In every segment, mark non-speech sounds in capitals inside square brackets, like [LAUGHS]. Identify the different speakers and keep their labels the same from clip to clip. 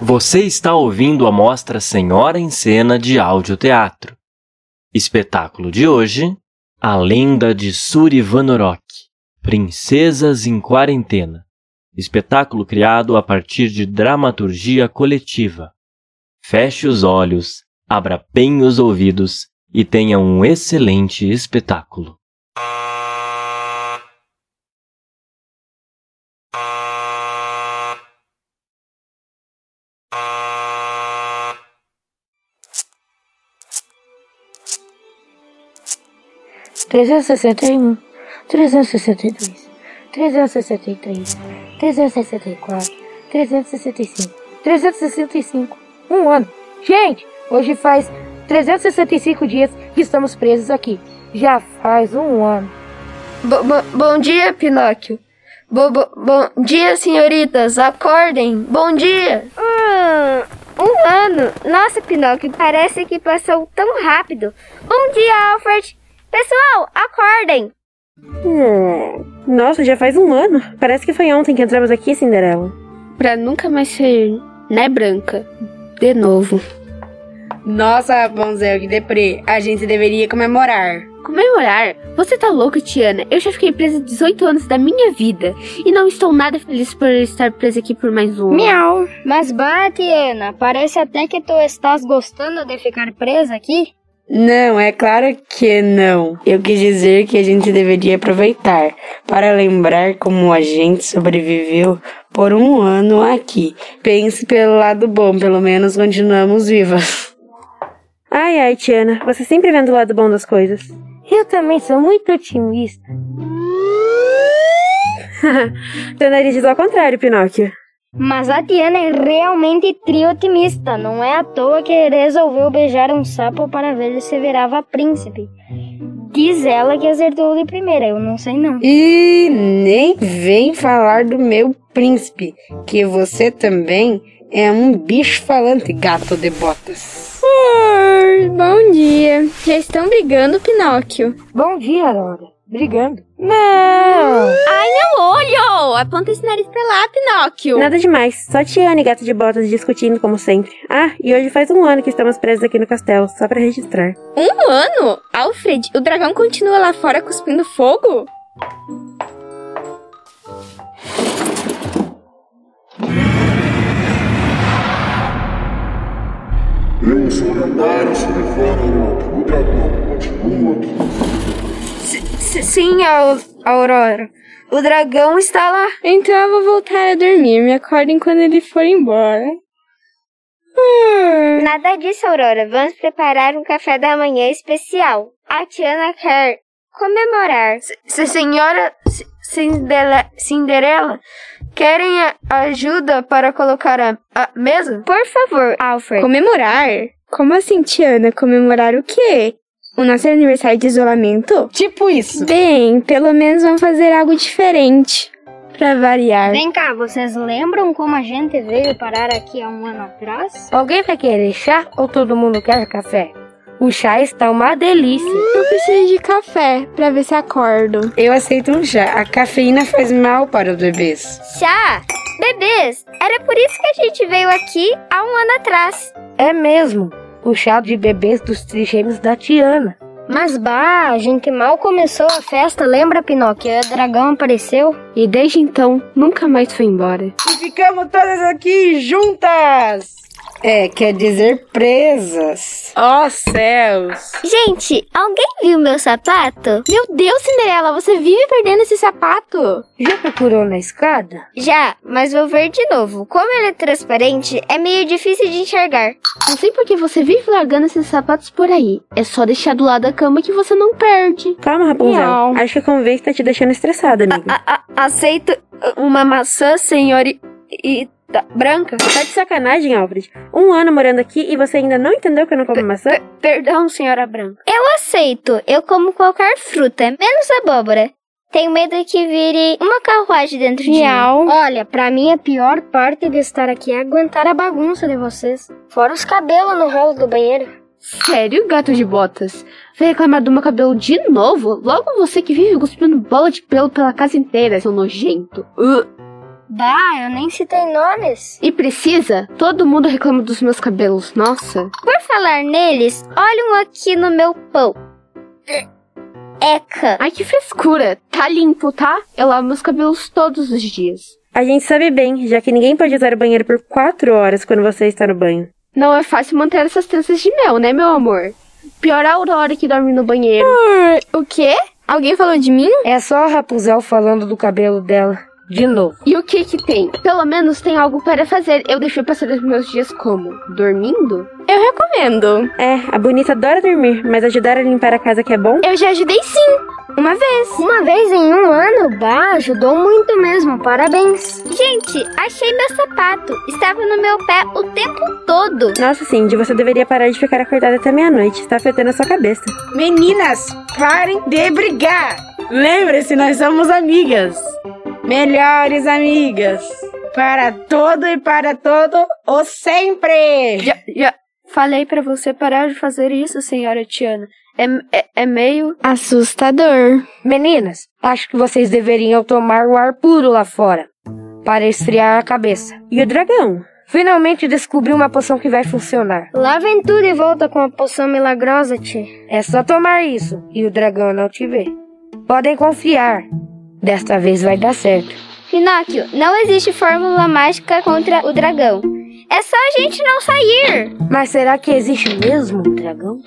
Speaker 1: Você está ouvindo a mostra Senhora em Cena de Audioteatro. Espetáculo de hoje: A Lenda de Surivanorock Princesas em Quarentena. Espetáculo criado a partir de dramaturgia coletiva. Feche os olhos, abra bem os ouvidos e tenha um excelente espetáculo.
Speaker 2: trezentos e sessenta e um trezentos e sessenta e dois trezentos e sessenta e três trezentos e sessenta e quatro trezentos e sessenta e cinco trezentos e sessenta e cinco um ano gente hoje faz 365 dias que estamos presos aqui. Já faz um ano.
Speaker 3: Bo- bo- bom dia, Pinóquio. Bo- bo- bom dia, senhoritas. Acordem. Bom dia.
Speaker 4: Hum, um ano. Nossa, Pinóquio, parece que passou tão rápido. Bom dia, Alfred. Pessoal, acordem.
Speaker 5: Hum, Nossa, já faz um ano. Parece que foi ontem que entramos aqui, Cinderela.
Speaker 6: Pra nunca mais ser, né, Branca? De novo.
Speaker 7: Nossa, Rapunzel, que deprê. A gente deveria comemorar.
Speaker 6: Comemorar? Você tá louca, Tiana? Eu já fiquei presa 18 anos da minha vida. E não estou nada feliz por estar presa aqui por mais um. ano.
Speaker 4: Miau. Mas bah, Tiana, parece até que tu estás gostando de ficar presa aqui.
Speaker 7: Não, é claro que não. Eu quis dizer que a gente deveria aproveitar para lembrar como a gente sobreviveu por um ano aqui. Pense pelo lado bom, pelo menos continuamos vivas.
Speaker 5: Ai, ai, Tiana, você sempre vendo o lado bom das coisas.
Speaker 2: Eu também sou muito otimista.
Speaker 5: [LAUGHS] Teu nariz diz ao contrário, Pinóquio.
Speaker 4: Mas a Tiana é realmente triotimista. Não é à toa que resolveu beijar um sapo para ver se virava príncipe. Diz ela que acertou de primeira. Eu não sei, não.
Speaker 7: E nem vem falar do meu príncipe, que você também é um bicho falante, gato de botas.
Speaker 3: Bom dia. Já estão brigando, Pinóquio.
Speaker 2: Bom dia, Aurora. Brigando.
Speaker 6: Meu olho! Aponta esse nariz pra lá, Pinóquio.
Speaker 5: Nada demais, só Tiana e Gato de Botas discutindo como sempre. Ah, e hoje faz um ano que estamos presos aqui no castelo, só pra registrar.
Speaker 6: Um ano? Alfred, o dragão continua lá fora cuspindo fogo?
Speaker 8: Eu sou um lendário Sullivan, o dragão continua aqui.
Speaker 3: Sim, Au- Aurora. O dragão está lá.
Speaker 6: Então eu vou voltar a dormir. Me acordem quando ele for embora.
Speaker 4: Nada disso, Aurora. Vamos preparar um café da manhã especial. A Tiana quer comemorar.
Speaker 3: Se senhora C- Cindela- Cinderela querem a- ajuda para colocar a, a mesa?
Speaker 4: Por favor, Alfred.
Speaker 6: Comemorar? Como assim, Tiana? Comemorar o quê? O nosso aniversário de isolamento?
Speaker 7: Tipo isso.
Speaker 6: Bem, pelo menos vão fazer algo diferente. Pra
Speaker 2: É.
Speaker 6: variar.
Speaker 4: Vem cá, vocês lembram como a gente veio parar aqui há um ano atrás?
Speaker 2: Alguém vai querer chá ou todo mundo quer café? O chá está uma delícia.
Speaker 6: Eu preciso de café pra ver se acordo.
Speaker 7: Eu aceito um chá. A cafeína faz mal para os bebês.
Speaker 4: Chá! Bebês! Era por isso que a gente veio aqui há um ano atrás.
Speaker 2: É mesmo. O chá de bebês dos trigêmeos da Tiana.
Speaker 4: Mas bah, a gente mal começou a festa, lembra, Pinóquio? O dragão apareceu.
Speaker 6: E desde então, nunca mais foi embora.
Speaker 7: E ficamos todas aqui juntas! É, quer dizer presas.
Speaker 6: Oh, céus!
Speaker 4: Gente, alguém viu meu sapato?
Speaker 6: Meu Deus, Cinderela, você vive perdendo esse sapato.
Speaker 2: Já procurou na escada?
Speaker 4: Já, mas vou ver de novo. Como ele é transparente, é meio difícil de enxergar.
Speaker 6: Não sei por que você vive largando esses sapatos por aí. É só deixar do lado da cama que você não perde.
Speaker 5: Calma, Rapunzel.
Speaker 6: Miau. Ah,
Speaker 5: Acho que a convivência tá te deixando estressada, amiga.
Speaker 3: A- aceito uma maçã, senhorita branca?
Speaker 5: Tá de sacanagem, Alfred. Um ano morando aqui e você ainda não entendeu que eu não como maçã?
Speaker 3: Perdão, senhora branca.
Speaker 4: Aceito, eu como qualquer fruta, menos abóbora. Tenho medo que vire uma carruagem dentro de mim. Olha, pra mim a pior parte de estar aqui é aguentar a bagunça de vocês. Fora os cabelos no rolo do banheiro.
Speaker 6: Sério, gato de botas? Vai reclamar do meu cabelo de novo? Logo você que vive cuspindo bola de pelo pela casa inteira, seu nojento. Uh. Bah, eu nem citei nomes.
Speaker 9: E precisa? Todo mundo reclama dos meus cabelos, nossa.
Speaker 6: Por falar neles, olha um aqui no meu pão.
Speaker 4: É
Speaker 6: Eca.
Speaker 9: Ai, que frescura. Tá limpo, tá? Eu lavo meus cabelos todos os dias.
Speaker 5: A gente sabe bem, já que ninguém pode usar o banheiro por quatro horas quando você está no banho.
Speaker 9: Não é fácil manter essas tranças de mel, né, meu amor? Pior a Aurora que dorme no banheiro.
Speaker 6: O quê? Alguém falou de mim?
Speaker 10: É só a Rapunzel falando do cabelo dela. De novo.
Speaker 9: E o que que tem? Pelo menos tem algo para fazer. Eu deixei passar os meus dias como? Dormindo?
Speaker 7: Eu recomendo.
Speaker 5: É, a bonita adora dormir, mas ajudar a limpar a casa que é bom?
Speaker 7: Eu já ajudei sim. Uma vez.
Speaker 6: Uma vez em um ano, bah, ajudou muito mesmo, parabéns. Gente, achei meu sapato. Estava no meu pé o tempo todo.
Speaker 5: Nossa, Cindy, você deveria parar de ficar acordada até meia-noite. Está afetando a sua cabeça.
Speaker 7: Meninas, parem de brigar. Lembre-se, nós somos amigas. Melhores amigas. Para todo e para todo, o sempre.
Speaker 11: Já, já falei pra você parar de fazer isso, senhora Tiana. É, é, é meio.
Speaker 7: Assustador.
Speaker 10: Meninas, acho que vocês deveriam tomar o ar puro lá fora para esfriar a cabeça.
Speaker 5: E o dragão?
Speaker 10: Finalmente descobri uma poção que vai funcionar.
Speaker 6: Lá vem tudo e volta com a poção milagrosa, tia.
Speaker 10: É só tomar isso e o dragão não te vê. Podem confiar. Desta vez vai dar certo.
Speaker 6: Pinóquio, não existe fórmula mágica contra o dragão. É só a gente não sair.
Speaker 10: Mas será que existe mesmo um dragão?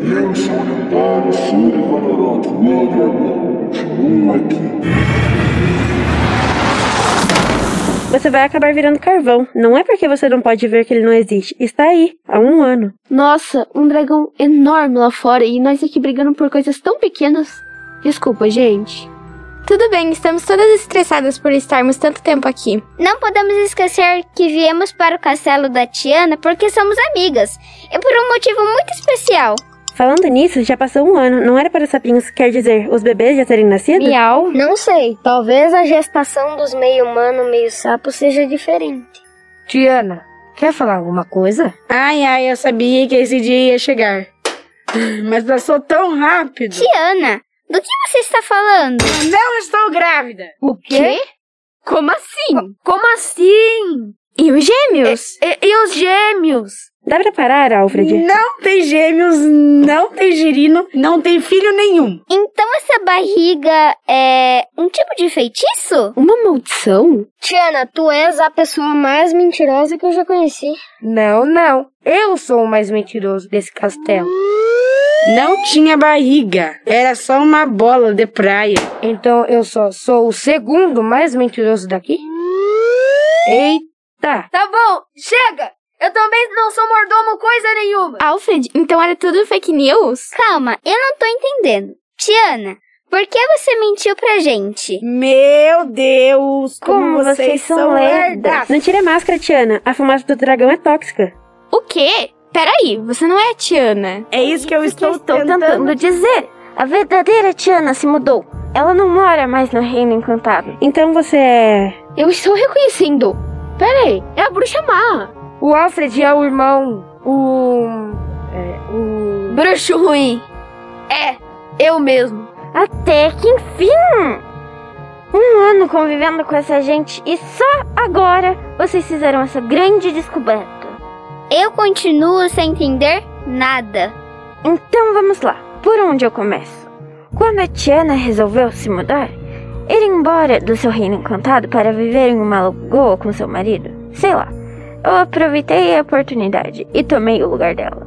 Speaker 12: Eu sou o Limparo Surivanoroto, meu dragão continua aqui.
Speaker 5: Você vai acabar virando carvão. Não é porque você não pode ver que ele não existe. Está aí, há um ano.
Speaker 9: Nossa, um dragão enorme lá fora e nós aqui brigando por coisas tão pequenas. Desculpa, gente.
Speaker 7: Tudo bem, estamos todas estressadas por estarmos tanto tempo aqui.
Speaker 6: Não podemos esquecer que viemos para o castelo da Tiana porque somos amigas e por um motivo muito especial.
Speaker 5: Falando nisso, já passou um ano. Não era para os sapinhos, quer dizer, os bebês já terem nascido?
Speaker 6: Miau? Não sei. Talvez a gestação dos meio humano, meio sapo seja diferente.
Speaker 10: Tiana, quer falar alguma coisa?
Speaker 7: Ai, ai, eu sabia que esse dia ia chegar. [LAUGHS] Mas passou tão rápido.
Speaker 6: Tiana, do que você está falando?
Speaker 7: Não estou grávida.
Speaker 10: O quê?
Speaker 9: Como assim?
Speaker 11: Como assim?
Speaker 7: E os
Speaker 6: É,
Speaker 7: gêmeos?
Speaker 11: E, e os gêmeos?
Speaker 5: Dá pra parar, Alfred?
Speaker 7: Não tem gêmeos, não tem girino, não tem filho nenhum.
Speaker 6: Então essa barriga é um tipo de feitiço?
Speaker 9: Uma maldição?
Speaker 6: Tiana, tu és a pessoa mais mentirosa que eu já conheci.
Speaker 10: Não, não. Eu sou o mais mentiroso desse castelo.
Speaker 7: Não tinha barriga. Era só uma bola de praia.
Speaker 10: Então eu só sou o segundo mais mentiroso daqui? Eita!
Speaker 11: Tá bom, chega! Eu também não sou mordomo coisa nenhuma.
Speaker 7: Alfred, então era tudo fake news?
Speaker 6: Calma, eu não tô entendendo. Tiana, por que você mentiu pra gente?
Speaker 7: Meu Deus, como,
Speaker 5: Como vocês são
Speaker 7: lerdas.
Speaker 5: Não tira a máscara, Tiana. A fumaça do dragão é tóxica.
Speaker 7: O quê? Peraí, você não é a Tiana. É isso que eu estou, tentando.
Speaker 2: dizer. A verdadeira Tiana se mudou. Ela não mora mais no Reino Encantado.
Speaker 5: Então você é.
Speaker 9: Eu estou reconhecendo. Pera aí, é a bruxa má.
Speaker 10: O Alfred é o irmão. O. É, o.
Speaker 11: Bruxo ruim. É, eu mesmo.
Speaker 2: Até que enfim! né? Um ano convivendo com essa gente e só agora vocês fizeram essa grande descoberta.
Speaker 6: Eu continuo sem entender nada.
Speaker 2: Então vamos lá, por onde eu começo? Quando a Tiana resolveu se mudar, ir embora do seu reino encantado para viver em uma lagoa com seu marido, sei lá, eu aproveitei a oportunidade e tomei o lugar dela.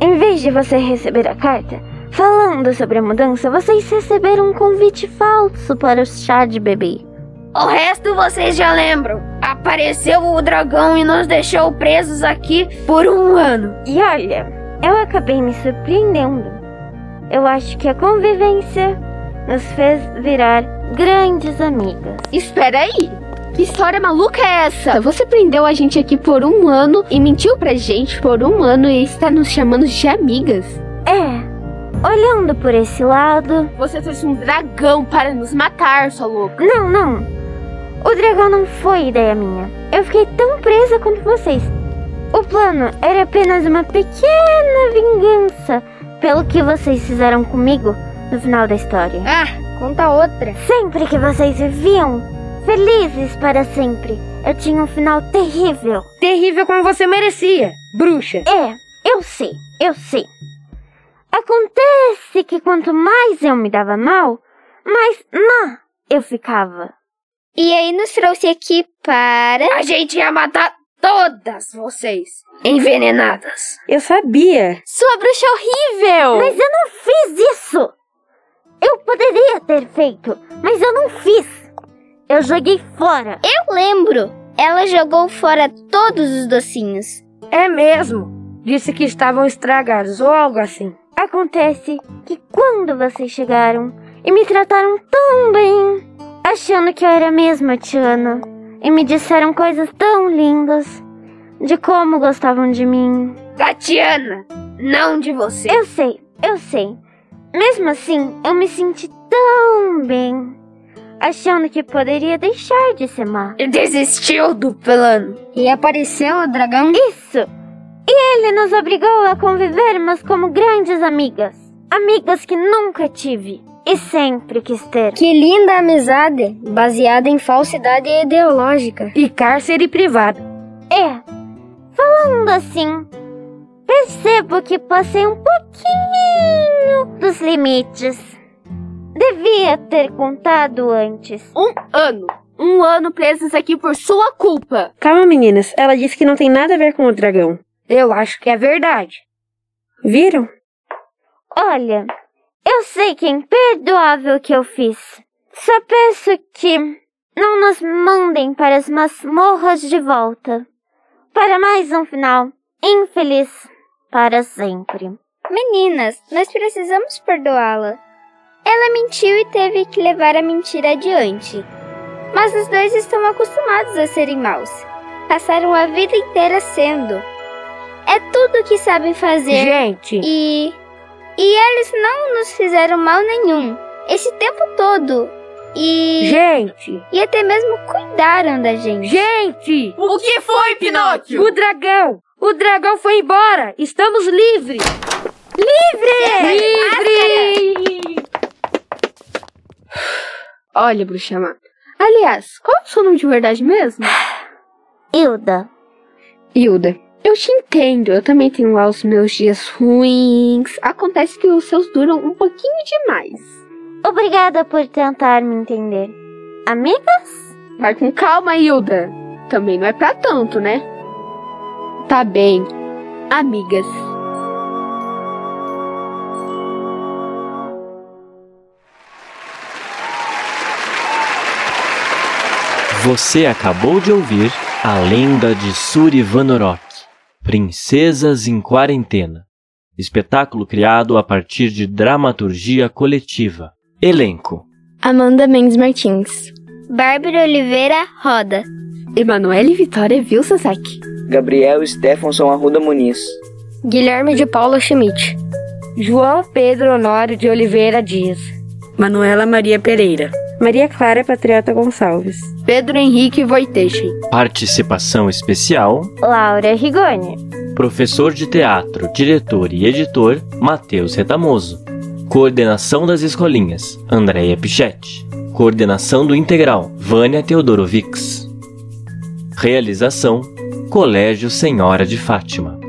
Speaker 2: Em vez de você receber a carta falando sobre a mudança, vocês receberam um convite falso para o chá de bebê.
Speaker 11: O resto vocês já lembram. Apareceu o dragão e nos deixou presos aqui por um ano.
Speaker 2: E olha, eu acabei me surpreendendo. Eu acho que a convivência nos fez virar grandes amigas.
Speaker 9: Espera aí. Que história maluca é essa? Você prendeu a gente aqui por um ano e mentiu pra gente por um ano e está nos chamando de amigas.
Speaker 2: É, olhando por esse lado.
Speaker 9: Você trouxe um dragão para nos matar, sua louca.
Speaker 2: Não, não! O dragão não foi ideia minha. Eu fiquei tão presa quanto vocês. O plano era apenas uma pequena vingança pelo que vocês fizeram comigo no final da história.
Speaker 6: Ah, conta outra.
Speaker 2: Sempre que vocês viviam felizes para sempre, eu tinha um final terrível.
Speaker 13: Terrível como você merecia, bruxa.
Speaker 2: É, eu sei, eu sei. Acontece que quanto mais eu me dava mal, mais má eu ficava.
Speaker 6: E aí nos trouxe aqui para.
Speaker 3: A gente ia matar todas vocês envenenadas.
Speaker 5: Eu sabia.
Speaker 6: Sua bruxa horrível!
Speaker 2: Mas eu não fiz isso! Eu poderia ter feito, mas eu não fiz. Eu joguei fora.
Speaker 6: Eu lembro! Ela jogou fora todos os docinhos.
Speaker 13: É mesmo. Disse que estavam estragados ou algo assim.
Speaker 2: Acontece que quando vocês chegaram e me trataram tão bem, achando que eu era mesmo a Tiana, e me disseram coisas tão lindas de como gostavam de mim.
Speaker 3: Tatiana, não de você.
Speaker 2: Eu sei, eu sei. Mesmo assim, eu me senti tão bem, achando que poderia deixar de ser má.
Speaker 3: Desistiu do plano.
Speaker 6: E apareceu o dragão.
Speaker 2: Isso! E ele nos obrigou a convivermos como grandes amigas. Amigas que nunca tive e sempre quis ter.
Speaker 6: Que linda amizade, baseada em falsidade ideológica.
Speaker 13: E cárcere privado.
Speaker 2: É, falando assim, percebo que passei um pouquinho dos limites. Devia ter contado antes.
Speaker 9: Um ano. Um ano presas aqui por sua culpa.
Speaker 5: Calma, meninas. Ela disse que não tem nada a ver com o dragão.
Speaker 13: Eu acho que é verdade.
Speaker 5: Viram?
Speaker 2: Olha, eu sei que é imperdoável que eu fiz. Só peço que não nos mandem para as masmorras de volta. Para mais um final infeliz para sempre.
Speaker 6: Meninas, nós precisamos perdoá-la. Ela mentiu e teve que levar a mentira adiante. Mas os dois estão acostumados a serem maus. Passaram a vida inteira sendo. É tudo o que sabem
Speaker 9: [LAUGHS]
Speaker 6: fazer.
Speaker 13: Gente,
Speaker 6: E. E eles não nos fizeram mal nenhum. Esse tempo todo. E.
Speaker 13: gente,
Speaker 6: E até mesmo cuidaram da gente.
Speaker 13: gente!
Speaker 14: O que foi, Pinóquio?
Speaker 13: O dragão! O dragão foi embora! Estamos livres! Livre! Livre!
Speaker 9: Olha, bruxa má. Aliás, qual é o seu nome de verdade mesmo?
Speaker 2: Hilda,
Speaker 9: Hilda. Eu te entendo, eu também tenho lá os meus dias ruins. Acontece que os seus duram um pouquinho demais.
Speaker 2: obrigada por tentar me entender. Amigas?
Speaker 9: Vai com calma, Hilda. Também não é pra tanto, né? Tá bem, amigas.
Speaker 1: Você acabou de ouvir A Lenda de Suri Vanorok, Princesas em Quarentena. Espetáculo criado a partir de dramaturgia coletiva. Elenco:
Speaker 9: Amanda Mendes Martins.
Speaker 6: Bárbara Oliveira Roda.
Speaker 9: Emanuele Vitória Vilsasaki.
Speaker 15: Gabriel Stefanson Arruda Muniz.
Speaker 6: Guilherme de Paula Schmidt.
Speaker 13: João Pedro Honório de Oliveira Dias.
Speaker 7: Manuela Maria Pereira.
Speaker 5: Maria Clara Patriota Gonçalves.
Speaker 9: Pedro Henrique Voitechin.
Speaker 1: Participação especial:
Speaker 2: Laura Rigoni.
Speaker 1: Professor de teatro, diretor e editor Matheus Retamoso. Coordenação das escolinhas: Andréia Pichetti. Coordenação do integral: Vânia Teodorovics. Realização: Colégio Senhora de Fátima.